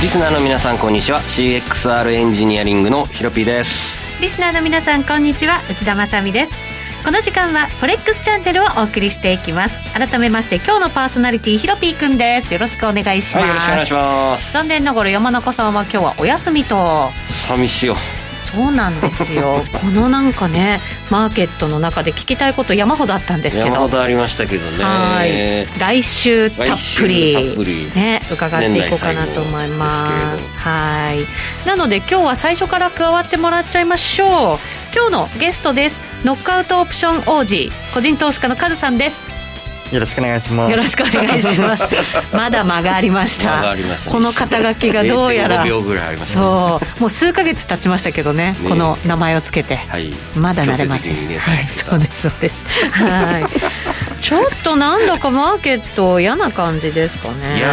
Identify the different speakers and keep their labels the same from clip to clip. Speaker 1: リスナーの皆さんこんにちは CXR エンジニアリングのひろぴーです
Speaker 2: リスナーの皆さんこんにちは内田まさみですこの時間はフォレックスチャンネルをお送りしていきます改めまして今日のパーソナリティひろぴーくんですよろしくお願いしま
Speaker 1: は
Speaker 2: す、
Speaker 1: いよろしくお願いします
Speaker 2: 残念ながら山中さんは今日はお休みと
Speaker 1: 寂しいよ
Speaker 2: そうなんですよ このなんかねマーケットの中で聞きたいこと山ほどあったんですけど
Speaker 1: 山ほどありましたけどね
Speaker 2: はい来週たっぷり
Speaker 1: 来週たっぷり
Speaker 2: ね、伺っていこうかなと思いま
Speaker 1: 年内最後ですすけれど
Speaker 2: はいなので今日は最初から加わってもらっちゃいましょう今日のゲストですノックアウトオプション王子個人投資家のカズさんです
Speaker 3: よろしくお願いしま
Speaker 2: よろ
Speaker 3: す。
Speaker 2: しくお願いします まだ間がありました
Speaker 1: 間がありましたね
Speaker 2: この肩書きがどうや ら
Speaker 1: 0.5秒ぐらいありましたね
Speaker 2: そうもう数ヶ月経ちましたけどね
Speaker 1: え
Speaker 2: この名前をつけて
Speaker 1: はい
Speaker 2: まだ慣れません。
Speaker 1: 強制的にね
Speaker 2: はい、そうですそうです。 はい。ちょっとなんだかマーケット嫌な感じですかね。
Speaker 1: いや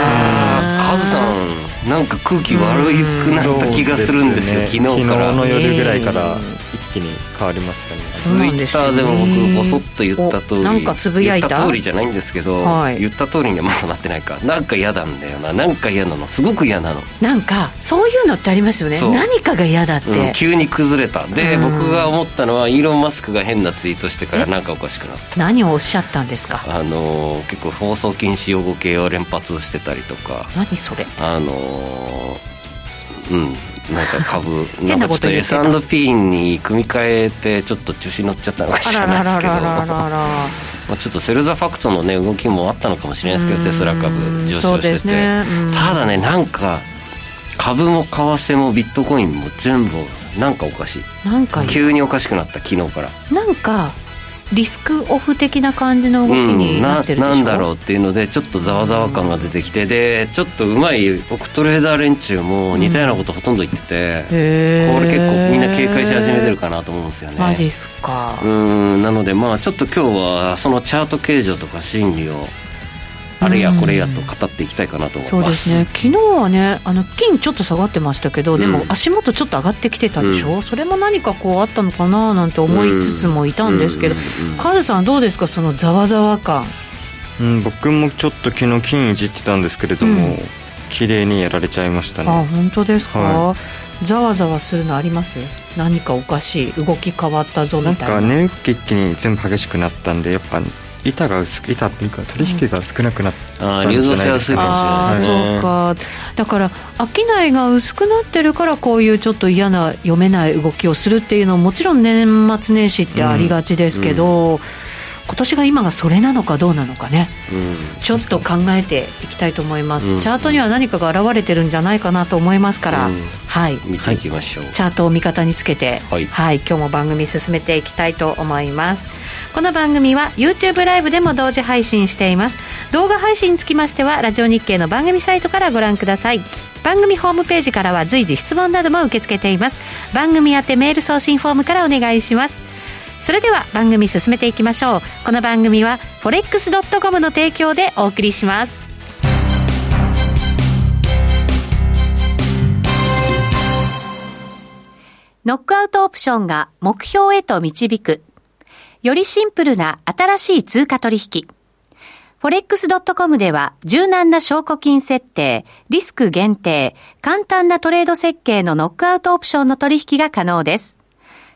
Speaker 1: ーカズさんなんか空気悪くなった気がするんですよ
Speaker 3: そう
Speaker 1: 昨日から
Speaker 3: 昨日の夜ぐらいか
Speaker 2: う
Speaker 3: ら
Speaker 2: ん
Speaker 3: 一気に変わりましたね。
Speaker 2: そう
Speaker 1: ツイ
Speaker 2: なんで
Speaker 1: ッ
Speaker 2: すよ
Speaker 1: ター
Speaker 2: ね
Speaker 1: でも僕ボソッと言った通り
Speaker 2: おなんかつぶやいた
Speaker 1: 言った通りじゃないんですけど、
Speaker 2: はい
Speaker 1: 言った通りにはまだなってないかなんか嫌なんだよななんか嫌なのすごく嫌なの、
Speaker 2: なんかそういうのってありますよね。
Speaker 1: そう
Speaker 2: 何かが嫌だって。
Speaker 1: うん、急に崩れたで、
Speaker 2: うん
Speaker 1: 僕が思ったのはイーロン・マスクが変なツイートしてからなんかおかしくなった
Speaker 2: 何をおっしゃったんですか。
Speaker 1: あのー結構放送禁止用語系を連発してたりとか
Speaker 2: 何それ。
Speaker 1: あのーうんなんか 株な
Speaker 2: 変
Speaker 1: ん
Speaker 2: な
Speaker 1: かちょ
Speaker 2: こ
Speaker 1: っ
Speaker 2: と
Speaker 1: と
Speaker 2: 言ってた
Speaker 1: S&P に組み替えてちょっと調子に乗っちゃったのかも
Speaker 2: あ
Speaker 1: しれ
Speaker 2: ら
Speaker 1: な
Speaker 2: ら
Speaker 1: いです
Speaker 2: らら
Speaker 1: けど
Speaker 2: らららら。
Speaker 1: まあ、ちょっとセルザファクトのね動きもあったのかもしれないですけ
Speaker 2: う
Speaker 1: どテ
Speaker 2: ん
Speaker 1: スラ株上
Speaker 2: そ
Speaker 1: 昇
Speaker 2: う
Speaker 1: して
Speaker 2: で
Speaker 1: て、
Speaker 2: すねうん
Speaker 1: ただねなんか株も為替もビットコインも全部なんかおかしい
Speaker 2: なんか
Speaker 1: 急におかしくなった昨日から
Speaker 2: なんかリスクオフ的な感じの動きになってるでしょ。
Speaker 1: なんだろうっていうのでちょっとざわざわ感が出てきてでちょっとうまい僕トレーダー連中も似たようなことほとんど言ってて、
Speaker 2: へー。
Speaker 1: これ結構みんな警戒し始めてるかなと思うんですよね、
Speaker 2: マジっすか
Speaker 1: う。ーんなのでまあちょっと今日はそのチャート形状とか心理をあれやこれやと語っていきたいかなと思い
Speaker 2: そう
Speaker 1: ま
Speaker 2: ですすね昨日はねあの金ちょっと下がってましたけど、でも
Speaker 1: うん
Speaker 2: 足元ちょっと上がってきてたでしょ、それも何かこうあったのかななんて思いつつもいたんですけど、
Speaker 1: うんうんうんうん
Speaker 2: カズさんどうですかそのざわざわ感
Speaker 3: うん、僕もちょっと昨日金いじってたんですけれど
Speaker 2: う
Speaker 3: も
Speaker 2: ん、
Speaker 3: 綺麗にやられちゃいました
Speaker 2: あ
Speaker 3: ね。
Speaker 2: 本当ですか、
Speaker 3: は
Speaker 2: ざわざわするのあります何かおかしい動き変わったぞ
Speaker 3: なん
Speaker 2: みたいな
Speaker 3: か値動き一気に全部激しくなったんで、やっぱ板が薄く板っていうか取引が少なくなっ
Speaker 1: あ
Speaker 3: た
Speaker 1: ー
Speaker 3: ん
Speaker 1: 流
Speaker 3: じ
Speaker 1: 動
Speaker 3: ゃな
Speaker 1: 性
Speaker 3: い
Speaker 1: は
Speaker 3: です
Speaker 1: 薄い
Speaker 3: かね。
Speaker 2: あ
Speaker 1: か
Speaker 2: あ
Speaker 1: もしれないですね
Speaker 2: そうかだから商いが薄くなってるからこういうちょっと嫌な読めない動きをするっていうのももちろん年末年始ってありがちですけど、今年が今がそれなのかどうなのかね
Speaker 1: うん
Speaker 2: ちょっと考えていきたいと思います、
Speaker 1: うん
Speaker 2: チャートには何かが現れてるんじゃないかなと思いますから、
Speaker 1: うん
Speaker 2: はい
Speaker 1: 見ていきましょう、
Speaker 2: チャートを味方につけて、
Speaker 1: はい
Speaker 2: 今日も番組進めていきたいと思いますこの番組は YouTube ライブでも同時配信しています動画配信につきましてはラジオ日経の番組サイトからご覧ください番組ホームページからは随時質問なども受け付けています番組宛てメール送信フォームからお願いしますそれでは番組進めていきましょうこの番組は forex.com の提供でお送りしますノックアウトオプションが目標へと導く。よりシンプルな新しい通貨取引。forex.com では柔軟な証拠金設定、リスク限定、簡単なトレード設計のノックアウトオプションの取引が可能です。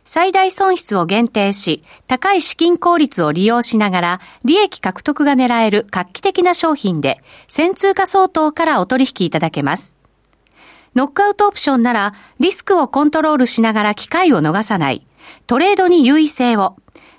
Speaker 2: 最大損失を限定し、高い資金効率を利用しながら、利益獲得が狙える画期的な商品で、先通貨相当からお取引いただけます。ノックアウトオプションなら、リスクをコントロールしながら機会を逃さない。トレードに優位性を。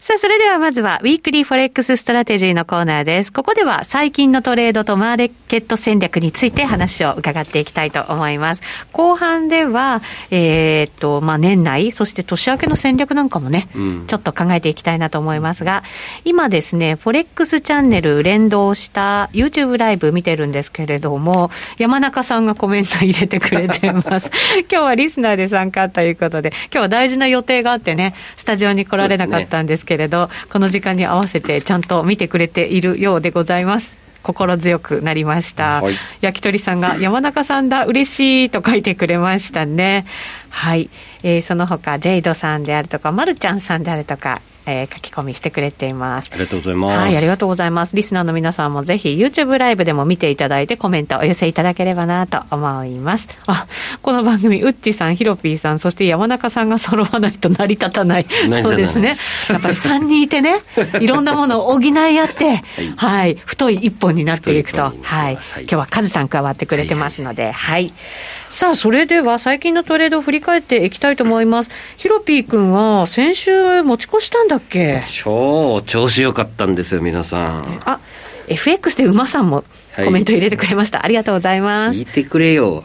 Speaker 2: さあ、それではまずは、ウィークリーフォレックスストラテジーのコーナーです。ここでは、最近のトレードとマーケット戦略について話を伺っていきたいと思います。後半では、えーっと、まあ、年内、そして年明けの戦略なんかもね、
Speaker 1: うん
Speaker 2: ちょっと考えていきたいなと思いますが、今ですね、フォレックスチャンネル連動した YouTube ライブ見てるんですけれども、山中さんがコメント入れてくれ てます。今日はリスナーで参加ということで、今日は大事な予定があってね、スタジオに来られなかったんですけれど、この時間に合わせてちゃんと見てくれているようでございます。心強くなりました、
Speaker 1: はい
Speaker 2: 焼き鳥さんが山中さんだ嬉しいと書いてくれましたねはい、えーその他ジェイドさんであるとかまるちゃんさんであるとか、えー書き込みしてくれています
Speaker 1: ありがとうございます。
Speaker 2: はい、ありがとうございます。リスナーの皆さんもぜひ YouTube ライブでも見ていただいてコメントをお寄せいただければなと思います。あ、この番組、ウッチさん、ヒロピーさん、そして山中さんが揃わないと成り立たない。
Speaker 1: ない
Speaker 2: そうですね。やっぱり3人い てね、いろんなものを補い合って、はい、太い一本になっていくと。
Speaker 1: 太い一本になってます
Speaker 2: はい。
Speaker 1: はい
Speaker 2: 今日はカズさん加わってくれてますので、はい、さあ、それでは最近のトレードを振り返っていきたいと思います。ヒロピー君は先週持ち越したんだっけ
Speaker 1: 超調子良かったんですよ、皆さん。
Speaker 2: あ FX で馬さんも
Speaker 1: はい
Speaker 2: コメント入れてくれました、ありがとうございます
Speaker 1: 聞いてくれ よ。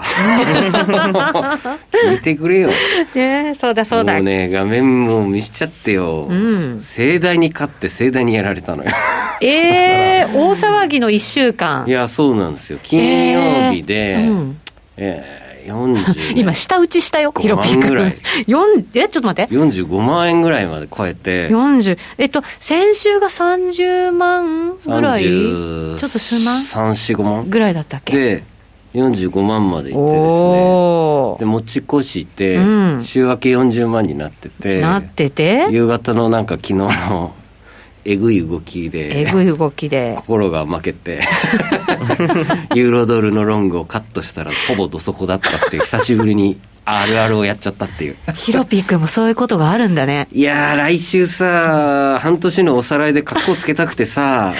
Speaker 1: 聞いてくれよ。
Speaker 2: ねえそうだそうだ
Speaker 1: もうね、画面も見しちゃってよ。
Speaker 2: ん
Speaker 1: 盛大に勝って盛大にやられたの よ。
Speaker 2: えー、大騒ぎの1週間
Speaker 1: いや、そうなんですよ。金曜日で、え
Speaker 2: えーうん
Speaker 1: えー40
Speaker 2: 今下打ちしたよ
Speaker 1: 5
Speaker 2: ヒロピー
Speaker 1: 万ぐら
Speaker 2: 君
Speaker 1: い
Speaker 2: 4えちょっと待って
Speaker 1: 45万円ぐらいまで超えて、
Speaker 2: 40えっと先週が30万ぐらい
Speaker 1: 30
Speaker 2: ちょっと数万
Speaker 1: 3、4、5万。
Speaker 2: ぐらいだったっけ
Speaker 1: で、45万までいってですね。
Speaker 2: お
Speaker 1: で、持ち越して、
Speaker 2: うん
Speaker 1: 週明け40万になって
Speaker 2: お
Speaker 1: て、
Speaker 2: なってて
Speaker 1: 夕方のなんか昨日のえぐい動き
Speaker 2: え
Speaker 1: で
Speaker 2: ぐい動きで
Speaker 1: 心が負けて ユーロドルのロングをカットしたらほぼど底だったっていう久しぶりにあるあるをやっちゃったっていう
Speaker 2: ヒロピー君もそういうことがあるんだね
Speaker 1: いやー来週さ半年のおさらいで格好つけたくてさ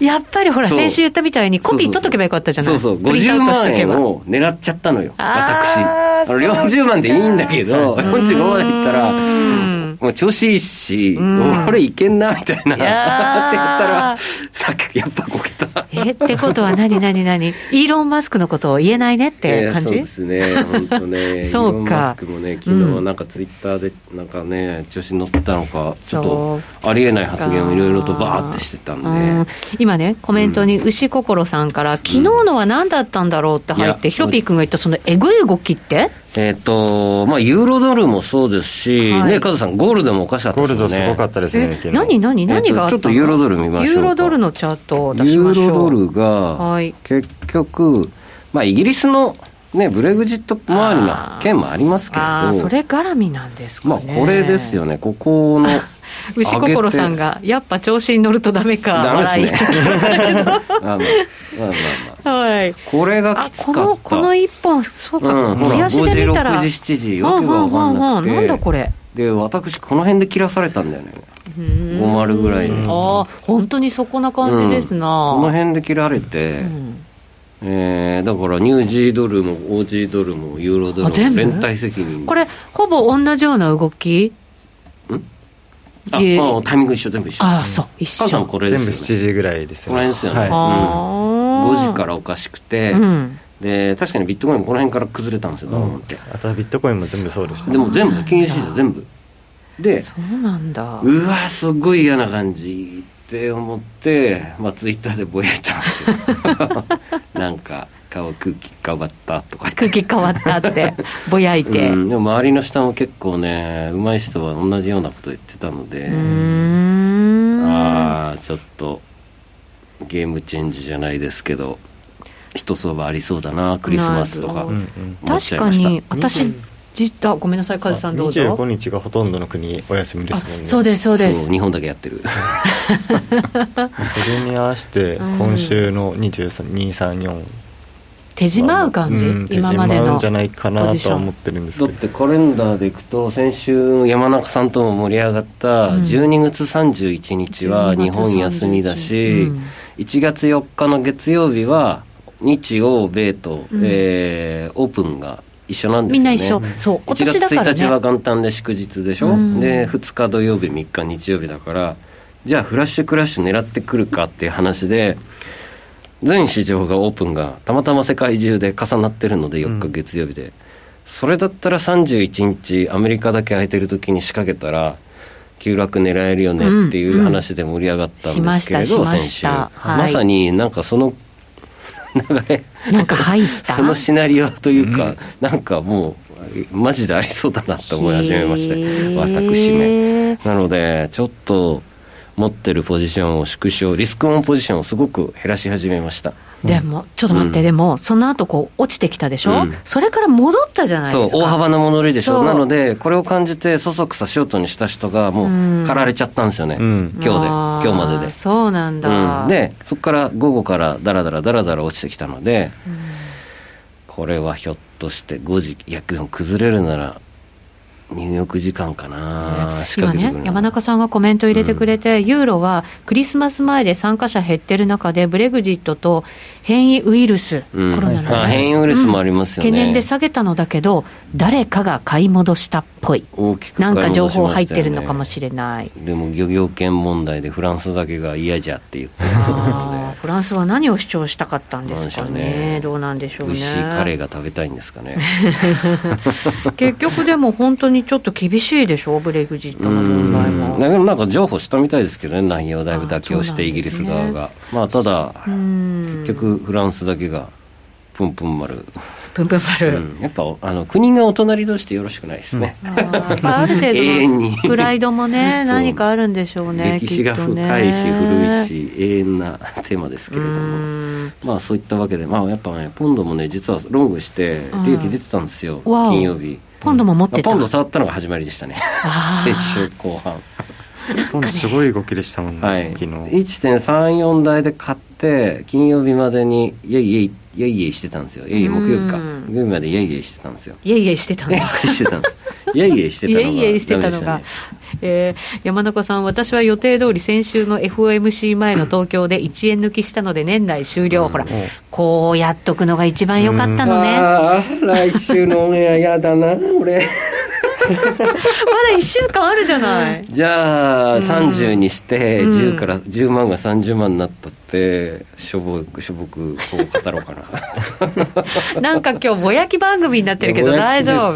Speaker 2: やっぱりほら
Speaker 1: そう
Speaker 2: 先週言ったみたいにコピー取っとけばよかったじゃない
Speaker 1: そうそう
Speaker 2: プリン
Speaker 1: 50
Speaker 2: トアウトし
Speaker 1: 万
Speaker 2: とけ
Speaker 1: 円
Speaker 2: ば
Speaker 1: を狙っちゃったのよ私
Speaker 2: あ
Speaker 1: あ
Speaker 2: ー
Speaker 1: の40万でいいんだけど45までいったら
Speaker 2: うん
Speaker 1: もう調子いいし、
Speaker 2: ん
Speaker 1: 俺いけんなみたいなって言っ
Speaker 2: い
Speaker 1: た
Speaker 2: やー
Speaker 1: らさっきやっぱこけた
Speaker 2: えってことは何何何イーロン・マスクのことを言えないねって感じ、
Speaker 1: えーそうですね本当ね
Speaker 2: そ
Speaker 1: イー
Speaker 2: うか
Speaker 1: ロンマスクもね昨日はなんかツイッターでなんかね調子に乗ってたのかちょっとありえない発言をいろいろとバーってしてたんで、
Speaker 2: うん今ねコメントに牛心さんから、昨日のは何だったんだろうって入っ
Speaker 1: い
Speaker 2: て
Speaker 1: や
Speaker 2: ヒロピー君が言ったそのえぐい動きって
Speaker 1: えっ、とまあユーロドルもそうですし、
Speaker 2: はい
Speaker 1: ねカズさんゴールドもおかしかった
Speaker 3: ゴ
Speaker 1: で
Speaker 3: ー
Speaker 1: すよ
Speaker 3: ル
Speaker 1: ね
Speaker 3: ドすごかったですね
Speaker 2: え何
Speaker 1: え
Speaker 2: 何
Speaker 1: ーと
Speaker 2: 何があったの
Speaker 1: ちょっとユーロドル見ましょうか
Speaker 2: ユーロドルのチャートを出し
Speaker 1: ユ
Speaker 2: ま
Speaker 1: ー
Speaker 2: しょう
Speaker 1: ロドルが
Speaker 2: はい
Speaker 1: 結局、まあ、イギリスの、ね、ブレグジット周り
Speaker 2: あ
Speaker 1: の
Speaker 2: ー
Speaker 1: 件もありますけれ
Speaker 2: ああそ
Speaker 1: ど
Speaker 2: れ絡みなんですか
Speaker 1: まあ
Speaker 2: ね、
Speaker 1: これですよねここ の
Speaker 2: 牛心さんがやっぱ調子に乗るとダメか
Speaker 1: ダメ
Speaker 2: 笑い
Speaker 1: で
Speaker 2: って
Speaker 1: すね まあまあまあまあまあ
Speaker 2: はい
Speaker 1: これが
Speaker 2: あ
Speaker 1: きつか
Speaker 2: こ
Speaker 1: った
Speaker 2: のこの一本そうか、
Speaker 1: うん、ほ
Speaker 2: 冷
Speaker 1: ら
Speaker 2: やし
Speaker 1: 5時
Speaker 2: で見たら
Speaker 1: 6時7時よくが分かんなくて、
Speaker 2: うんうんうんうんなんだこれ
Speaker 1: で私この辺で切らされたんだよね
Speaker 2: 5
Speaker 1: 50ぐらいで
Speaker 2: ああ本当にそこな感じですな、
Speaker 1: この辺で切られて、
Speaker 2: うん
Speaker 1: えーだからニュージードルもオージードルもユーロドル
Speaker 2: あ
Speaker 1: も
Speaker 2: 全部
Speaker 1: 連帯責任
Speaker 2: これほぼ同じような動き
Speaker 1: あ、
Speaker 2: いえ
Speaker 1: まあタイミング一緒全部一緒
Speaker 2: ああそう一
Speaker 1: 母さん
Speaker 2: 緒
Speaker 1: これで
Speaker 3: 全部
Speaker 1: すよ、
Speaker 3: 7
Speaker 1: ね、
Speaker 3: 時ぐらいです
Speaker 1: この
Speaker 3: よね
Speaker 1: 辺ですよね、
Speaker 3: はい
Speaker 1: うん、
Speaker 2: 5
Speaker 1: 5時からおかしくて、
Speaker 2: うん
Speaker 1: で確かにビットコインもこの辺から崩れたんですよ、ドーンって
Speaker 3: あとはビットコインも全部そうでした
Speaker 1: でも全部金融市場全部で
Speaker 2: そうなんだ
Speaker 1: うわすごい嫌な感じって思って、まあ、ツイッターでぼやいた んですよなんか顔空気変わったとか言って
Speaker 2: 空気変わった ってぼやいて
Speaker 1: う、
Speaker 2: うん
Speaker 1: でも周りの人も結構ねうまい人は同じようなこと言ってたので、
Speaker 2: ーん
Speaker 1: ああちょっとゲームチェンジじゃないですけど一相場ありそうだなクリスマスと
Speaker 2: な
Speaker 1: か
Speaker 2: るほ
Speaker 3: うん
Speaker 2: ど
Speaker 3: うん
Speaker 1: 思っち
Speaker 2: 確
Speaker 1: ゃいま
Speaker 2: か
Speaker 1: した
Speaker 2: に私じあごめんなさいカズさんどうぞ
Speaker 3: 25日がほとんどの国お休みで
Speaker 2: あ
Speaker 3: すもんね
Speaker 2: そうですそうです
Speaker 1: 日本だけやってる
Speaker 3: それに合わせて
Speaker 2: うん
Speaker 3: 今週の2 3 2 3 4
Speaker 2: っ手締まう感じ、
Speaker 3: うん手
Speaker 2: 今
Speaker 3: 締
Speaker 2: まで
Speaker 3: まう
Speaker 2: の
Speaker 3: んじゃないか
Speaker 2: ポ
Speaker 3: な
Speaker 2: ジシ
Speaker 3: と
Speaker 2: ョン
Speaker 3: は思ってるんです
Speaker 1: だ
Speaker 3: け
Speaker 1: っ
Speaker 3: ど
Speaker 1: てカレンダーでいくと先週山中さんとも盛り上がった
Speaker 2: うん
Speaker 1: 12月31日は日本休みだし、
Speaker 2: うん
Speaker 1: 1月4日の月曜日は日曜米と、
Speaker 2: うん
Speaker 1: えーオープンが一緒なんですよね
Speaker 2: みんな一緒、そう今
Speaker 1: 1
Speaker 2: 年だ
Speaker 1: 月
Speaker 2: から
Speaker 1: 1日は
Speaker 2: ね
Speaker 1: 元旦で祝日でしょ、
Speaker 2: うん
Speaker 1: で2日土曜日3日日曜日だからじゃあフラッシュクラッシュ狙ってくるかっていう話で全市場がオープンがたまたま世界中で重なってるので4日月曜日で、それだったら31日アメリカだけ空いてる時に仕掛けたら急落狙えるよねっていう話で盛り上がったんですけれど、
Speaker 2: うんうん
Speaker 1: 先
Speaker 2: しましたし
Speaker 1: 週、
Speaker 2: ましたはい
Speaker 1: まさになんかその 流れ
Speaker 2: なんか入った
Speaker 1: そのシナリオというか、なんかもうマジでありそうだなと思い始めまして
Speaker 2: へー
Speaker 1: 私めなのでちょっと持ってるポジションを縮小リスクオンポジションをすごく減らし始めました
Speaker 2: でもちょっと待って、
Speaker 1: うん
Speaker 2: でもその後こう落ちてきたでしょ、
Speaker 1: うん
Speaker 2: それから戻ったじゃない
Speaker 1: そ
Speaker 2: で
Speaker 1: う
Speaker 2: すか
Speaker 1: 大幅な戻りでし
Speaker 2: そ
Speaker 1: ょ
Speaker 2: う
Speaker 1: なのでこれを感じてそそくさショートにした人がも
Speaker 2: うん
Speaker 1: う駆られちゃったんですよね、
Speaker 3: うん
Speaker 1: 今日で
Speaker 2: あ
Speaker 1: 今日
Speaker 2: ー
Speaker 1: までで
Speaker 2: そうなんだ、
Speaker 1: うん、でそこから午後からダラダラダラダラ落ちてきたので、これはひょっとして5時いやでも崩れるなら入浴時間かな仕
Speaker 2: 今
Speaker 1: 掛けて
Speaker 2: ね
Speaker 1: くる、
Speaker 2: 山中さんがコメント入れてくれて、ユーロはクリスマス前で参加者減ってる中で、ブレグジットと変異ウイルス、
Speaker 1: うん
Speaker 2: コロナのね、
Speaker 1: あ変異ウイルスもありますよね
Speaker 2: 懸念で下げたのだけど、誰かが買い戻したっぽい、
Speaker 1: 大きく
Speaker 2: なんか
Speaker 1: 買い
Speaker 2: 情
Speaker 1: 戻し
Speaker 2: 報
Speaker 1: ましたよね
Speaker 2: 入ってるのかもしれない。
Speaker 1: でも漁業権問題でフランスだけが嫌じゃって言って
Speaker 2: あーフランスは何を主張したかったんですか
Speaker 1: なんでしょう
Speaker 2: ね、
Speaker 1: ね
Speaker 2: どうなんでしょう
Speaker 1: 美
Speaker 2: ね。
Speaker 1: 味しいカレーが食べたいんですか ね
Speaker 2: 結局、でも本当にちょっと厳しいでしょ、ブレグジット
Speaker 1: う
Speaker 2: の問題
Speaker 1: ん
Speaker 2: も。
Speaker 1: でもなんか譲歩したみたいですけどね内容をだいぶ妥協して
Speaker 2: あーそうなんですね
Speaker 1: イギリス側が、まあただ
Speaker 2: 結
Speaker 1: 結局フランスだけがプンプン丸、
Speaker 2: プンプン丸、
Speaker 1: うんやっぱあの国がお隣同士でよろしくないですね、
Speaker 2: あーやっぱある程
Speaker 1: 永遠
Speaker 2: 度の
Speaker 1: に
Speaker 2: プライドも ね
Speaker 1: そう
Speaker 2: 何かあるんでしょうね
Speaker 1: 歴史が
Speaker 2: きっと
Speaker 1: 深
Speaker 2: ね
Speaker 1: いし古いし永遠な テーマですけれど
Speaker 2: う
Speaker 1: も
Speaker 2: ーん
Speaker 1: まあそういったわけでまあやっぱねポンドもね実はロングして
Speaker 2: うん
Speaker 1: 利益出てたんですよ
Speaker 2: わお
Speaker 1: 金曜日
Speaker 2: ポンドも持ってた
Speaker 1: ポンド触ったのが始まりでしたね
Speaker 2: あ
Speaker 1: 先
Speaker 2: ー
Speaker 1: 週後半
Speaker 3: 今度すごい動きでしたもんね、
Speaker 1: はい
Speaker 3: 昨日
Speaker 1: 1.34台で買って金曜日までにイエイイエイイエイイエイしてたんですよイエイ木曜日か
Speaker 2: うん
Speaker 1: 木曜日までイエイイエイしてたんですよ
Speaker 2: イエイイエイしてたん
Speaker 1: イエイ
Speaker 2: だ
Speaker 1: イエイしてたんですイエイイエイしてたのが
Speaker 2: イエイイエイしてたの
Speaker 1: ダ
Speaker 2: が
Speaker 1: メでしね
Speaker 2: えー山中さん、私は予定通り先週の FOMC 前の東京で1円抜きしたので、年内終了、ほら、こうやっとくのが一番良かったのね、まだ
Speaker 1: あー来週のオンエアやだな 俺
Speaker 2: 1週間あるじゃない、
Speaker 1: じゃあ30にして
Speaker 2: うん
Speaker 1: 10から10万が30万になったってしょぼくしょぼくこう語ろう かな
Speaker 2: なんか今日ぼやき番組になってるけど、大丈
Speaker 1: いや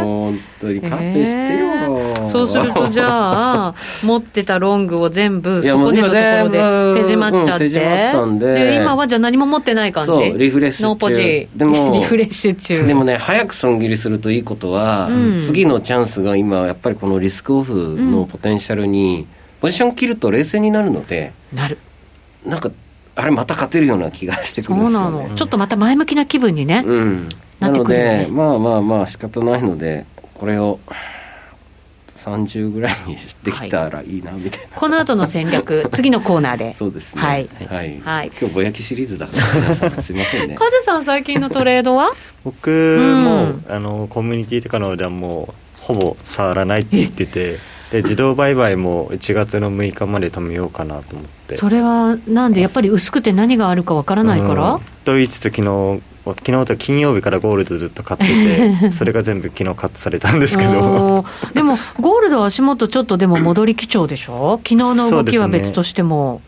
Speaker 2: 夫
Speaker 1: もう本当に勘弁してよ、
Speaker 2: えーそうするとじゃあ持ってたロングを全部
Speaker 1: いや
Speaker 2: そこでのところで
Speaker 1: もう今全部
Speaker 2: 手締まっちゃって,、
Speaker 1: うん手締まったんで
Speaker 2: 今はじゃあ何も持ってない感じ
Speaker 1: そうリフレッシュ中
Speaker 2: ノーポジ
Speaker 1: でも
Speaker 2: リフレッシュ中
Speaker 1: でもね早く損切りするといいことは、
Speaker 2: うん
Speaker 1: 次のチャンスが今やっぱりこのリスクオフのポテンシャルに、ポジション切ると冷静になるので
Speaker 2: なる
Speaker 1: なんかあれまた勝てるような気がしてく
Speaker 2: そ
Speaker 1: るんで
Speaker 2: う
Speaker 1: す
Speaker 2: な
Speaker 1: よ
Speaker 2: の、
Speaker 1: ね
Speaker 2: ちょっとまた前向きな気分にね、
Speaker 1: うん、な
Speaker 2: なって
Speaker 1: の
Speaker 2: くるよね
Speaker 1: でまあまあまあ仕方ないのでこれを30ぐらいにできたらいいなみたいな、
Speaker 2: この後の戦略次のコーナー で
Speaker 1: そうですね
Speaker 2: はい
Speaker 1: はい
Speaker 2: はい
Speaker 1: 今日ぼやきシリーズだからすいません ね
Speaker 2: カズさん最近のトレー ドは
Speaker 3: 僕も、
Speaker 2: ん
Speaker 3: あのコミュニティとかのではもうほぼ触らないって言っててで自動売買も1月の6日まで止めようかなと思って
Speaker 2: それはなんでやっぱり薄くて何があるかわからないから、
Speaker 3: うんと言いつつ昨日昨日と金曜日からゴールドずっと買って てそれが全部昨日カットされたんですけど
Speaker 2: おーでも、ゴールドは足元、ちょっとでも戻り基調でしょ、昨日の動きは別としても、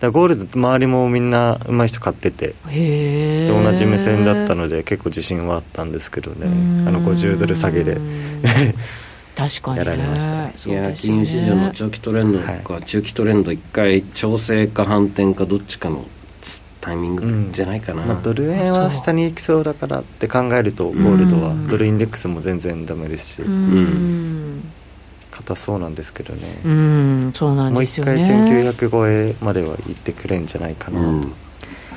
Speaker 3: だゴールド周りもみんな上手い人買ってて
Speaker 2: へ
Speaker 3: で
Speaker 2: ー
Speaker 3: 同じ目線だったので結構自信はあったんですけどねあの50ドル下げ
Speaker 2: う
Speaker 3: で
Speaker 2: ーん確かにね
Speaker 3: やられまし
Speaker 2: そ
Speaker 3: た
Speaker 1: いう
Speaker 2: です
Speaker 1: や
Speaker 2: ね
Speaker 1: ー金融市場の長期トレンドか、中期トレンド一回調整か反転かどっちかのタイミングじゃないかな、
Speaker 3: まあ、ドル円は下に行きそうだからって考えるとゴールドは
Speaker 2: うん
Speaker 3: ドルインデックスも全然ダメですし
Speaker 2: うーん
Speaker 3: 硬そうなんですけどね
Speaker 2: うーんそうなん
Speaker 3: もう
Speaker 2: です
Speaker 3: 一
Speaker 2: よ
Speaker 3: 回
Speaker 2: ね
Speaker 3: 1900超えまでは行ってくれんじゃないかな
Speaker 1: う
Speaker 3: と、
Speaker 1: ん、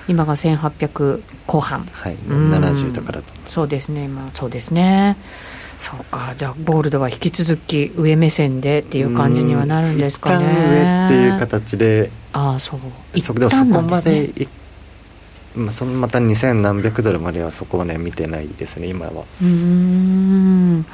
Speaker 2: 今が1800後半
Speaker 3: はい
Speaker 2: ん
Speaker 3: 70だからと
Speaker 2: そうですね今そうですねそうかじゃあゴールドは引き続き上目線でっていう感じにはなるんですかね
Speaker 3: 一旦上っていう形で
Speaker 2: ああそう
Speaker 3: そでもそこまで行っまあ、そのまた2000何百ドルまではそこはね見てないですね今は
Speaker 2: うーん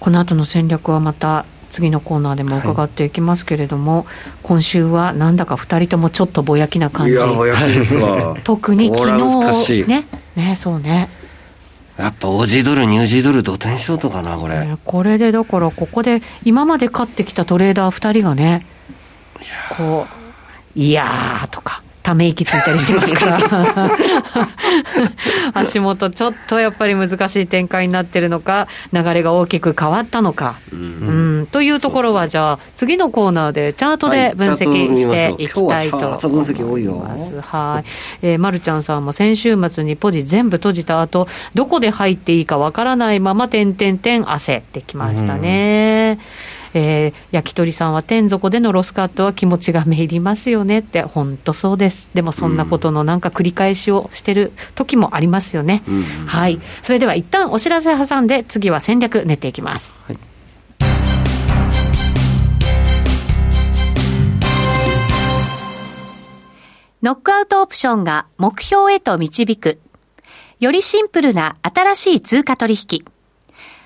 Speaker 2: この後の戦略はまた次のコーナーでも伺っていきますけれども、今週はなんだか2人ともちょっとぼやきな感
Speaker 1: い
Speaker 2: じ
Speaker 1: や親父ですわ
Speaker 2: 特に
Speaker 1: こ
Speaker 2: 昨
Speaker 1: れは難しい
Speaker 2: 日ねねそうね
Speaker 1: やっぱオージードルニュージードル土点ショートかなこれ、
Speaker 2: これでだからここで今まで勝ってきたトレーダー2人がねこう「いやー」とかため息ついたりしてますから 足元ちょっとやっぱり難しい展開になってるのか流れが大きく変わったのか、
Speaker 1: う
Speaker 2: うんんというところはじゃあ次のコーナーでチャート
Speaker 1: は
Speaker 2: で
Speaker 1: い
Speaker 2: 分析していきたい
Speaker 1: チャート見ましょう今日はチャー
Speaker 2: と
Speaker 1: ト分析多いよ
Speaker 2: 思います。はい、えー、まるちゃんさんも先週末にポジ全部閉じた後どこで入っていいかわからないまま点点点焦ってきましたね。えー焼き鳥さんは天底でのロスカットは気持ちがめいりますよねって本当そうですでもそんなことのなんか繰り返しをしてる時もありますよね、
Speaker 1: うん
Speaker 2: はいそれでは一旦お知らせ挟んで次は戦略練っていきますノックアウトオプションが目標へと導く。よりシンプルな新しい通貨取引。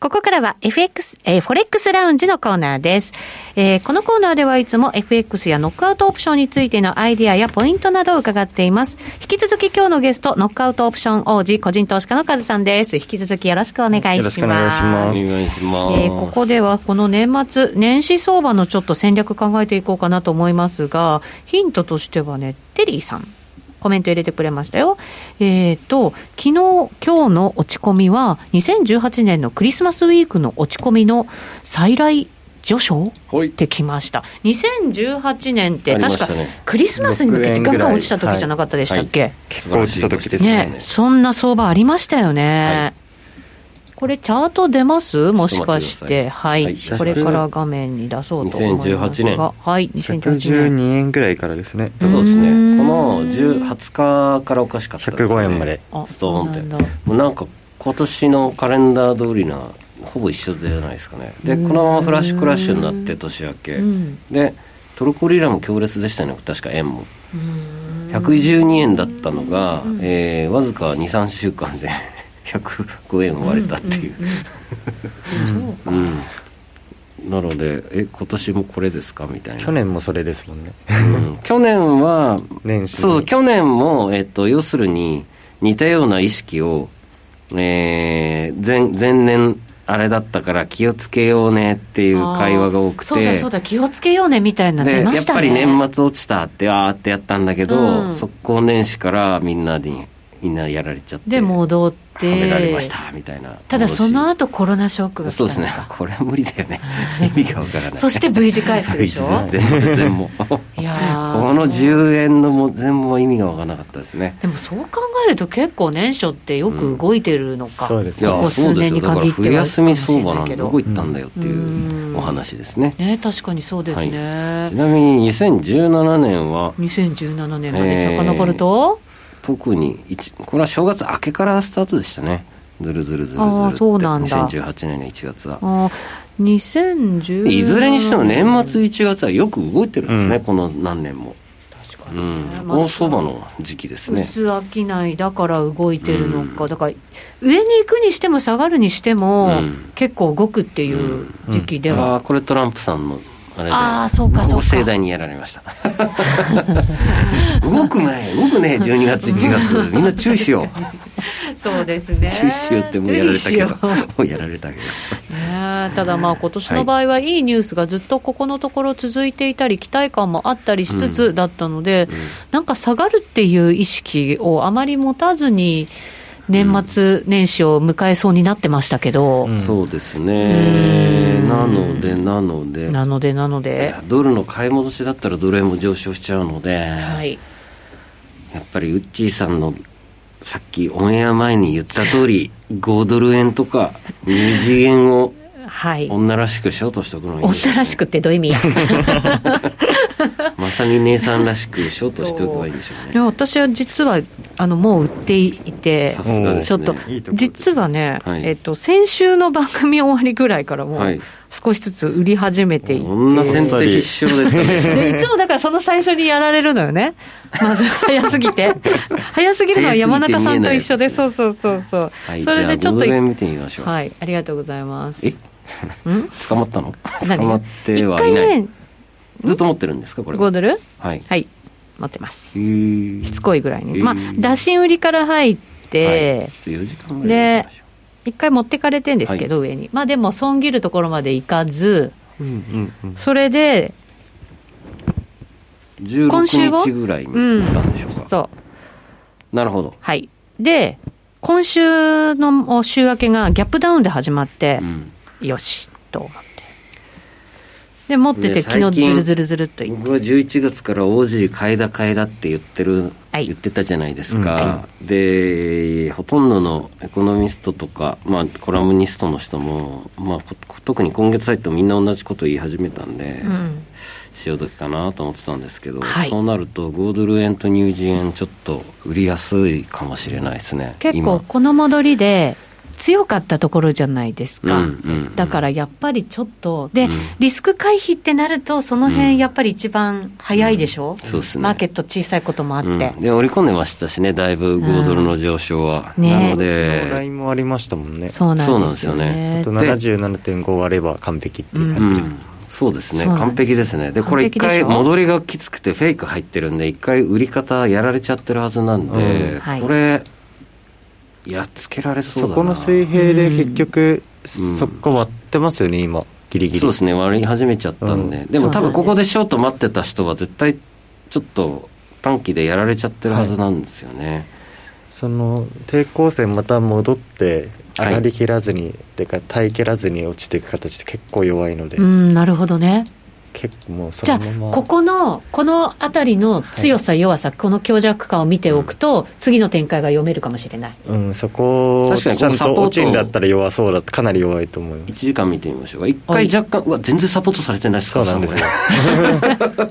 Speaker 2: ここからは FX、えー、フォレックスラウンジのコーナーです、えーこのコーナーではいつも FX やノックアウトオプションについてのアイディアやポイントなどを伺っています。引き続き今日のゲスト、ノックアウトオプション王子、個人投資家のカズさんです。引き続きよろしくお願いします。
Speaker 3: よろしくお願いし
Speaker 1: お
Speaker 3: ます
Speaker 1: 願いします、
Speaker 2: えーここではこの年末、年始相場のちょっと戦略考えていこうかなと思いますが、ヒントとしてはね、テリーさん、コメント入れてくれましたよ。えっ、と、昨日、今日の落ち込みは、2018年のクリスマスウィークの落ち込みの再来序章
Speaker 1: ほい
Speaker 2: ってきました。2018年って
Speaker 1: ありま
Speaker 2: 確
Speaker 1: し
Speaker 2: か
Speaker 1: たね
Speaker 2: クリスマスに向けてガンガン落ちた時じゃなかったでしたっけ、
Speaker 3: 結構落ちた時です
Speaker 1: はい
Speaker 2: ね、そんな相場ありましたよね。これチャート出ますもしかし
Speaker 1: ちょっと待ってく
Speaker 2: て、
Speaker 1: ださ
Speaker 2: はいい、
Speaker 1: はい
Speaker 2: これから画面に出そうと思いますが、
Speaker 1: 2018
Speaker 2: はい、2018
Speaker 3: 112
Speaker 2: 年。
Speaker 3: 円ぐらいからですね
Speaker 1: そうですね
Speaker 2: う
Speaker 1: こ
Speaker 2: ーん
Speaker 1: の10 20日からおかしかったですね
Speaker 3: 105円まで
Speaker 2: あ、
Speaker 1: スト
Speaker 2: そ
Speaker 1: ーン
Speaker 2: う
Speaker 1: っ
Speaker 2: な
Speaker 1: て
Speaker 2: んだ。
Speaker 1: もうなんか今年のカレンダー通りなほぼ一緒じゃないですかねでこのままフラッシュクラッシュになって年明け、
Speaker 2: うん
Speaker 1: でトルコリラも強烈でしたね確か円も
Speaker 2: うーん
Speaker 1: 112円だったのが、えーわずか23週間で 105円割れたっていう,、
Speaker 2: う んそうか
Speaker 1: うんなのでえ今年もこれですかみたいな
Speaker 3: 去年もそれですもんね
Speaker 1: うん去年は
Speaker 3: 年始に
Speaker 1: そう去年も、えっと、要するに似たような意識を、えー前前年あれだったから気をつけようねっていう会話が多くて
Speaker 2: そうだそうだ、気をつけようねみたいなの
Speaker 1: で
Speaker 2: 出ま
Speaker 1: やっ
Speaker 2: した
Speaker 1: ぱ
Speaker 2: ね。
Speaker 1: り年末落ちたってあーってやったんだけど、
Speaker 2: うん
Speaker 1: 速攻年始からみんなにみんなやられちゃって
Speaker 2: で戻って
Speaker 1: はめられましたみたいな
Speaker 2: ただその
Speaker 1: 戻し
Speaker 2: 後コロナショックが来た
Speaker 1: そ
Speaker 2: ん
Speaker 1: う
Speaker 2: だ
Speaker 1: ですねこれは無理だよ ね意味がわからない
Speaker 2: そして V 字回復でしょ
Speaker 1: V 字です全然もうこ
Speaker 2: いやー
Speaker 1: の
Speaker 2: そう
Speaker 1: 10円のも全も意味がわからなかったですね
Speaker 2: でもそう考えると結構年初ってよく動いてるのか、
Speaker 3: そうです
Speaker 1: いや
Speaker 3: ね
Speaker 2: ここ数
Speaker 1: そうです
Speaker 2: 年に
Speaker 1: よだから
Speaker 2: 限っては
Speaker 1: 冬休み相場
Speaker 2: か
Speaker 1: な
Speaker 2: もしれない
Speaker 1: ん
Speaker 2: け
Speaker 1: で
Speaker 2: ど
Speaker 1: どこ行ったんだよって
Speaker 2: う
Speaker 1: い
Speaker 2: ん
Speaker 1: うお話ですね
Speaker 2: ね確かにそうですね、
Speaker 1: ちなみに2017年は
Speaker 2: 2017年まで遡ると、
Speaker 1: 特に一これは正月明けからスタートでしたねずるずるずるずるって
Speaker 2: あーそうなんだ
Speaker 1: 2018年の1月は
Speaker 2: ああ2017
Speaker 1: いずれにしても年末1月はよく動いてるんですね、
Speaker 3: うん
Speaker 1: この何年も、
Speaker 2: 確か
Speaker 1: う
Speaker 2: に
Speaker 1: ん
Speaker 2: ね、まあ
Speaker 1: 大相場の時期ですね
Speaker 2: 薄商いだから動いてるのか、
Speaker 1: うん
Speaker 2: だから上に行くにしても下がるにしても、
Speaker 1: うん
Speaker 2: 結構動くっていう時期では、
Speaker 1: ああーこれトランプさんのあれで
Speaker 2: あーそうかそうか
Speaker 1: 高盛大にやられました 動くない動くね12月1月みんな注意しよう
Speaker 2: そうですね
Speaker 1: 注意しようってもうやられたけど
Speaker 2: 注意しよう
Speaker 1: もうやられたけど
Speaker 2: ねえただまあ今年の場合はいいニュースがずっとここのところ続いていたり期待感もあったりしつつだったので、なんか下がるっていう意識をあまり持たずに年末年始を迎えそうになってましたけど、
Speaker 3: うん
Speaker 1: そうです
Speaker 2: う
Speaker 1: ね
Speaker 2: ん
Speaker 1: なのでなので
Speaker 2: なのでなの
Speaker 1: い
Speaker 2: で
Speaker 1: や、ドルの買い戻しだったらドル円も上昇しちゃうので、
Speaker 2: はい、
Speaker 1: やっぱりウッチーさんのさっきオンエア前に言った通り5ドル円とか2次円を
Speaker 2: はい、
Speaker 1: 女らしくショートしとくのがいいですね
Speaker 2: 女らしくってどういう意味や
Speaker 1: まさみ姉さんらしくショートしておけばいいんでしょう
Speaker 2: い
Speaker 1: ね
Speaker 2: や私は実はあのもう売っていて
Speaker 1: さすがです
Speaker 2: ちょ
Speaker 1: ね
Speaker 2: っと
Speaker 3: いいとこです
Speaker 2: 実はね、
Speaker 1: はい
Speaker 2: えっと、先週の番組終わりぐらいからも
Speaker 1: は
Speaker 2: う
Speaker 1: い
Speaker 2: 少しずつ売り始めていて、
Speaker 1: どんな先手必勝ですかね
Speaker 2: でいつもだからその最初にやられるのよね。まず早すぎ て。早すぎるのは山中さんと一緒
Speaker 1: 早すぎて見えな
Speaker 2: で、
Speaker 1: いやつですね
Speaker 2: そうそうそうそう。
Speaker 1: はい
Speaker 2: それでち
Speaker 1: じゃ
Speaker 2: ょ
Speaker 1: あ5
Speaker 2: っと
Speaker 1: ド、ル円見てみましょう、
Speaker 2: はい、ありがとうございます。
Speaker 1: え
Speaker 2: ん
Speaker 1: 捕まったの
Speaker 2: 何
Speaker 1: 捕まってはい
Speaker 2: 一
Speaker 1: な
Speaker 2: 回
Speaker 1: い
Speaker 2: ね、
Speaker 1: ずっと持ってるんですかこれ
Speaker 2: 5
Speaker 1: は
Speaker 2: ドル
Speaker 1: はい
Speaker 2: はい、持ってます。し
Speaker 1: し
Speaker 2: つこいぐらいに。
Speaker 1: えー
Speaker 2: まあ、打診売りから入
Speaker 1: は
Speaker 2: っ
Speaker 1: い、
Speaker 2: て、
Speaker 1: ちょっと4時間ぐらい見てみましょう
Speaker 2: 一回持ってかれてんですけど、上に。まあでも、損切るところまで行かず、
Speaker 3: うんうんうん
Speaker 2: それで、今週
Speaker 1: 16
Speaker 2: を
Speaker 1: 日ぐらいに行ったんでしょうか、
Speaker 2: そう、
Speaker 1: なるほど、
Speaker 2: はい。で、今週のお週明けがギャップダウンで始まって、
Speaker 1: うん、
Speaker 2: よしと思ってで持ってて
Speaker 1: ね
Speaker 2: 昨
Speaker 1: 最
Speaker 2: 日
Speaker 1: 近
Speaker 2: ズルズルズルっとい
Speaker 1: 僕は11月から OG 買いだ買いだって言ってる、
Speaker 2: はい
Speaker 1: 言ってたじゃないですか、でほとんどのエコノミストとか、まあ、コラムニストの人も、まあ、こ特に今月入ってみんな同じこと言い始めたんで、
Speaker 2: うん
Speaker 1: 潮時かなと思ってたんですけど、
Speaker 2: はい
Speaker 1: そうなると5ドル円とニュージー円ちょっと売りやすいかもしれないですね
Speaker 2: 結構
Speaker 1: 今
Speaker 2: この戻りで強かったところじゃないですか、
Speaker 1: うんうんうん
Speaker 2: だからやっぱりちょっとで、
Speaker 1: うん
Speaker 2: リスク回避ってなるとその
Speaker 1: う
Speaker 2: 辺
Speaker 1: ん
Speaker 2: やっぱり一番早いでしょ、
Speaker 1: うんそうっすね
Speaker 2: マーケット小さいこともあって、
Speaker 1: うん、で織り込んでましたしねだいぶ5ドルの上昇は、
Speaker 2: うんね
Speaker 1: なの
Speaker 3: 昨日ライ
Speaker 1: で
Speaker 3: ンもありましたもんね
Speaker 2: そうなんですよ
Speaker 1: そうなんですよ
Speaker 2: ね
Speaker 1: ね
Speaker 3: あと77.5割れば完璧っていう
Speaker 1: う
Speaker 3: 感じです
Speaker 1: ん、そうですね
Speaker 2: そうなんです
Speaker 1: 完璧ですねでこれ一
Speaker 2: 完璧で
Speaker 1: 回
Speaker 2: しょ
Speaker 1: 戻りがきつくてフェイク入ってるんで一回売り方やられちゃってるはずなんで、
Speaker 3: うん
Speaker 2: はい
Speaker 1: これやっつけられそうだ
Speaker 3: そ
Speaker 1: な
Speaker 3: この水平で結局、そこ割ってますよね今ギリギリ
Speaker 1: そうですね割り始めちゃったんで、
Speaker 3: うん
Speaker 1: でも多
Speaker 2: そうな
Speaker 1: 分
Speaker 2: んです
Speaker 1: ここでショート待ってた人は絶対ちょっと短期でやられちゃってるはずなんですよね、
Speaker 3: その抵抗線また戻って
Speaker 1: はい
Speaker 3: 上がりきらずに、てか耐えきらずに落ちていく形って結構弱いので、
Speaker 2: うんなるほどね
Speaker 3: 結構もうそ
Speaker 2: じゃ
Speaker 3: の
Speaker 2: あ
Speaker 3: まま
Speaker 2: ここのこの辺りの強さ、弱さこの強弱感を見ておくと、次の展開が読めるかもしれない
Speaker 3: うん、そこを
Speaker 1: 確
Speaker 3: ち
Speaker 1: か
Speaker 3: ゃ
Speaker 1: にこの
Speaker 3: ん
Speaker 1: サポー
Speaker 3: と
Speaker 1: トを
Speaker 3: 落ちんだったら弱そうだかなり弱いと思いま
Speaker 1: 1
Speaker 3: す
Speaker 1: 時間見てみましょうか一
Speaker 2: はい
Speaker 1: 回若干うわ全然サポートされてないっす
Speaker 3: そうなんですよ
Speaker 1: これ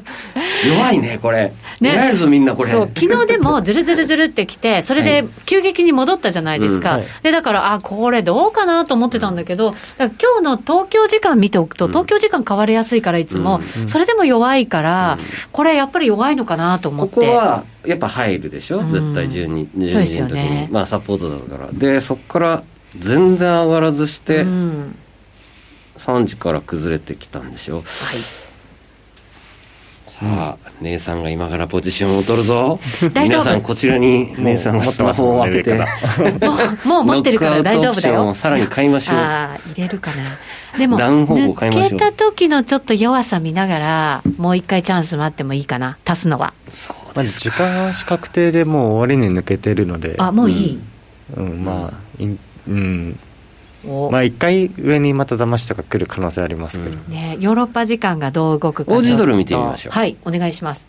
Speaker 1: 弱いねこれ
Speaker 2: ね
Speaker 1: 狙えるぞみんなこれ
Speaker 2: そう昨日で もずるずるずるってきてそれで急激に戻ったじゃないですか、
Speaker 3: うんはい
Speaker 2: でだからあこれどうかなと思ってたんだけど、だから今日の東京時間見ておくと、東京時間変わりやすいからいつも、それでも弱いから、これやっぱり弱いのかなと思
Speaker 1: こ
Speaker 2: って
Speaker 1: こはやっぱ入るでしょ、
Speaker 2: うん
Speaker 1: 絶対12 12
Speaker 2: そうです
Speaker 1: 時
Speaker 2: よ
Speaker 1: の時に、
Speaker 2: ね
Speaker 1: まあサポートだからでそこから全然上がらずして、
Speaker 2: うん
Speaker 1: 3時から崩れてきたんでしょさあ姉さんが今からポジションを取るぞ
Speaker 2: 大丈夫
Speaker 1: 皆さんこちらに姉さんがスマホを当てて
Speaker 3: もう持ってます
Speaker 2: はい、もうもう持ってるから大丈夫だ
Speaker 1: ノックアウトオプション
Speaker 2: よ
Speaker 1: をさらに買いましょう
Speaker 2: ああ入れるかなでも
Speaker 1: 暖房を買いましょ
Speaker 2: 抜
Speaker 1: う
Speaker 2: けた時のちょっと弱さ見ながらもう一回チャンス待ってもいいかな足すのは
Speaker 1: そう
Speaker 3: まあ、時間は確定でもう終わりに抜けてるので
Speaker 2: あもういい、
Speaker 3: うん、まあいんうん
Speaker 2: お
Speaker 3: まあ一回上にまた騙したが来る可能性ありますけど、
Speaker 1: うん
Speaker 2: ね、ヨーロッパ時間がどう動くか
Speaker 1: オージードル
Speaker 2: ちょっと
Speaker 1: 見てみましょう
Speaker 2: はいお願いします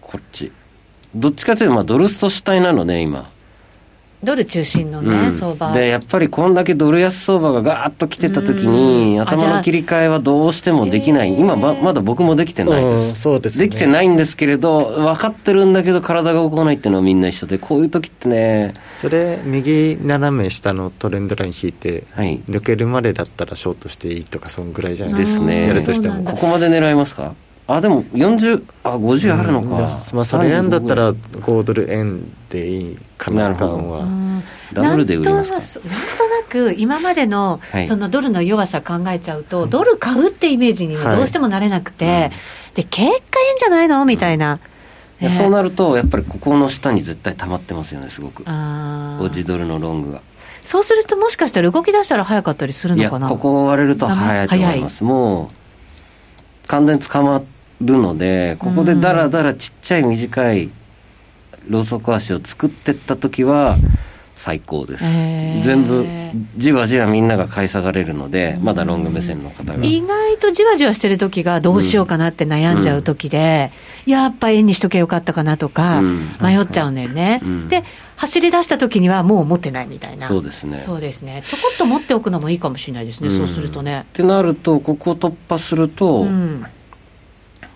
Speaker 1: こっちどっちかというとまあドルスト主体なのね今
Speaker 2: ドル中心のね、
Speaker 1: うん
Speaker 2: 相場
Speaker 1: でやっぱりこんだけドル安相場がガーッと来てた時
Speaker 2: う
Speaker 1: に
Speaker 2: んあじ
Speaker 1: 頭
Speaker 2: ゃあ
Speaker 1: の切り替えはどうしてもできない
Speaker 2: へー
Speaker 1: 今ままだ僕もできてないです
Speaker 3: うんそうですね
Speaker 1: できてないんですけれど分かってるんだけど体が動かないっていうのはみんな一緒でこういう時ってね
Speaker 3: それ右斜め下のトレンドライン引いて、
Speaker 1: はい
Speaker 3: 抜けるまでだったらショートしていいとかそんぐらいじゃない
Speaker 1: ですね
Speaker 3: やるとしても
Speaker 2: そうなんだ
Speaker 1: ここまで狙いますかあでも40あ50あるのか、
Speaker 3: まあそれ円だったら5ドル円でいいか
Speaker 1: な
Speaker 3: な
Speaker 1: るほど
Speaker 3: 感は、
Speaker 2: うん
Speaker 1: ダブルで売りますか
Speaker 2: なんとなくなんとなく今までの
Speaker 1: はい
Speaker 2: そのドルの弱さ考えちゃうと、ドル買うってイメージにはどうしてもなれなくて、で結果いいんじゃないのみたいな、
Speaker 1: いや
Speaker 2: ね
Speaker 1: そうなるとやっぱりここの下に絶対溜まってますよねすごく
Speaker 2: あー
Speaker 1: オジドルのロングが
Speaker 2: そうするともしかしたら動き出したら早かったりする
Speaker 1: い
Speaker 2: の
Speaker 1: や
Speaker 2: かな
Speaker 1: ここを割れると早いと思いますもう完全に捕まるのでここでだらだらちっちゃい短いロウソク足を作ってった時は最高です、
Speaker 2: へー
Speaker 1: 全部じわじわみんなが買い下がれるのでまだロング目線の方が
Speaker 2: 意外とじわじわしてる時がどうしようかなって悩んじゃう時で、やっぱ円にしとけよかったかなとか
Speaker 1: うん
Speaker 2: 迷っちゃうんだよね、
Speaker 1: うん
Speaker 2: で走り出した時にはもう持ってないみたいな
Speaker 1: そうですね
Speaker 2: そうですねちょこっと持っておくのもいいかもしれないですね、
Speaker 1: うん
Speaker 2: そうするとね
Speaker 1: ってなるとここを突破すると、
Speaker 2: うん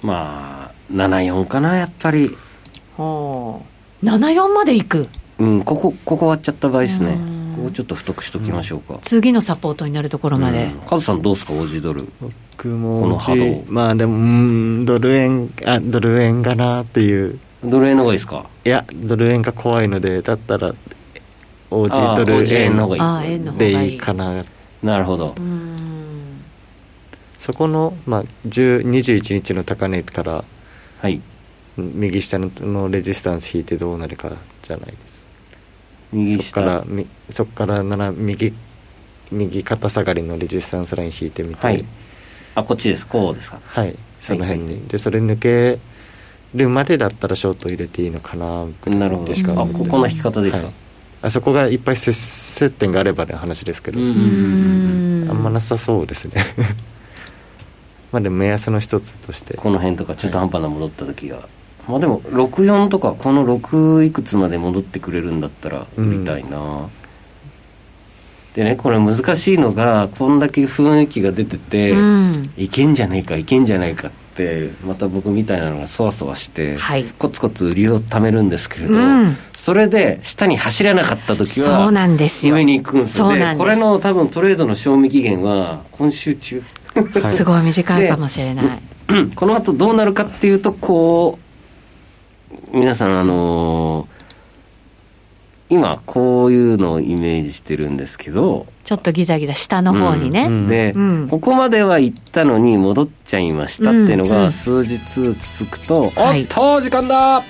Speaker 1: まあ74かなやっぱり、
Speaker 2: ほう74までいく
Speaker 1: うん、ここここ割っちゃった場合ですね
Speaker 2: うん
Speaker 1: ここちょっと太くしときましょうか、
Speaker 2: 次のサポートになるところまで、
Speaker 1: うんカズさんどうですかオージードル
Speaker 3: 僕も
Speaker 1: この波動
Speaker 3: まあでもうーんドル円あドル円かなっていう
Speaker 1: ドル円の方がいいですか
Speaker 3: いやドル円が怖いのでだったら OG
Speaker 1: あー
Speaker 3: ドル
Speaker 1: OG 円の方がいい
Speaker 2: ああ円の方が
Speaker 3: で
Speaker 2: い
Speaker 3: い
Speaker 2: い
Speaker 3: いかな
Speaker 1: なるほど
Speaker 2: うん
Speaker 3: そこの、まあ、10 21日の高値から
Speaker 1: はい
Speaker 3: 右下ののレジスタンス引いてどうなるかじゃないです
Speaker 1: 右
Speaker 3: そこか
Speaker 1: 下
Speaker 3: らみそこからなら右右肩下がりのレジスタンスライン引いてみて
Speaker 1: はいあこっちですこうですか
Speaker 3: はい、その辺に、でそれ抜けるまでだったらショート入れていいのかなぐらい
Speaker 1: なるほど
Speaker 3: でしか
Speaker 1: あここの引き方でいいですか
Speaker 3: はいあそこがいっぱい接接点があればね話ですけど、
Speaker 1: うん
Speaker 3: あんまなさそうですね まあでも目安の一つとして
Speaker 1: この辺とか中途半端な戻った時が、まあでも64とかこの6いくつまで戻ってくれるんだったら売りたいな、でねこれ難しいのがこんだけ雰囲気が出てて、
Speaker 2: うん
Speaker 1: いけんじゃないかいけんじゃないかってまた僕みたいなのがそわそわして、
Speaker 2: はい
Speaker 1: コツコツ売りを貯めるんですけれど、
Speaker 2: うん
Speaker 1: それで下に走らなかった時は
Speaker 2: そうなんですよ
Speaker 1: 上に行くんですよ
Speaker 2: そうなんです
Speaker 1: これの多分トレードの賞味期限は今週中
Speaker 3: はい
Speaker 2: すごい短いかもしれない、
Speaker 1: うんこの後どうなるかっていうとこう皆さんあのー今こういうのをイメージしてるんですけど、
Speaker 2: ちょっとギザギザ下の方にね、
Speaker 3: うん
Speaker 1: で、
Speaker 2: うん
Speaker 1: ここまでは行ったのに戻っちゃいましたっていうの
Speaker 2: うんう
Speaker 1: が
Speaker 2: ん
Speaker 1: 数日続くと、
Speaker 2: はい
Speaker 1: おっと時間だ、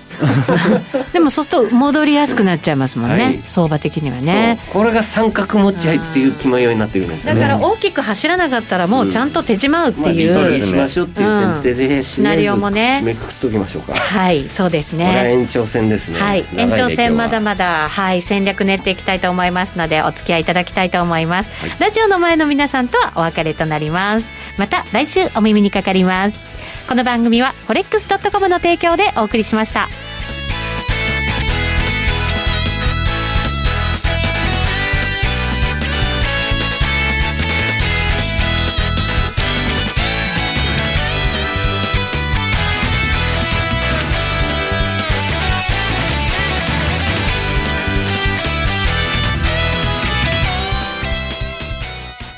Speaker 2: でもそうすると戻りやすくなっちゃいますもんね、
Speaker 1: はい
Speaker 2: 相場的にはね
Speaker 1: そうこれが三角持ち合いっていう気模様になってくるんですよ
Speaker 2: だ
Speaker 1: ね
Speaker 2: から大きく走らなかったらもうちゃんと手締まうって
Speaker 1: まあ、
Speaker 2: い
Speaker 1: 理
Speaker 2: う、
Speaker 1: 想にしましょうっていう前提で、
Speaker 2: シナリオもね
Speaker 1: 締めくくっときましょうか、こ
Speaker 2: はいそうです
Speaker 1: れは
Speaker 2: ね
Speaker 1: 延長戦ですね、
Speaker 2: はい
Speaker 1: 長い
Speaker 2: 延
Speaker 1: ね
Speaker 2: 長戦まだ
Speaker 1: 今
Speaker 2: まだ、はい、戦略練っていきたいと思いますのでお付き合いいただきたいと思います、
Speaker 1: はい
Speaker 2: ラジオの前の皆さんとはお別れとなりますまた来週お耳にかかりますこの番組は forex.com の提供でお送りしました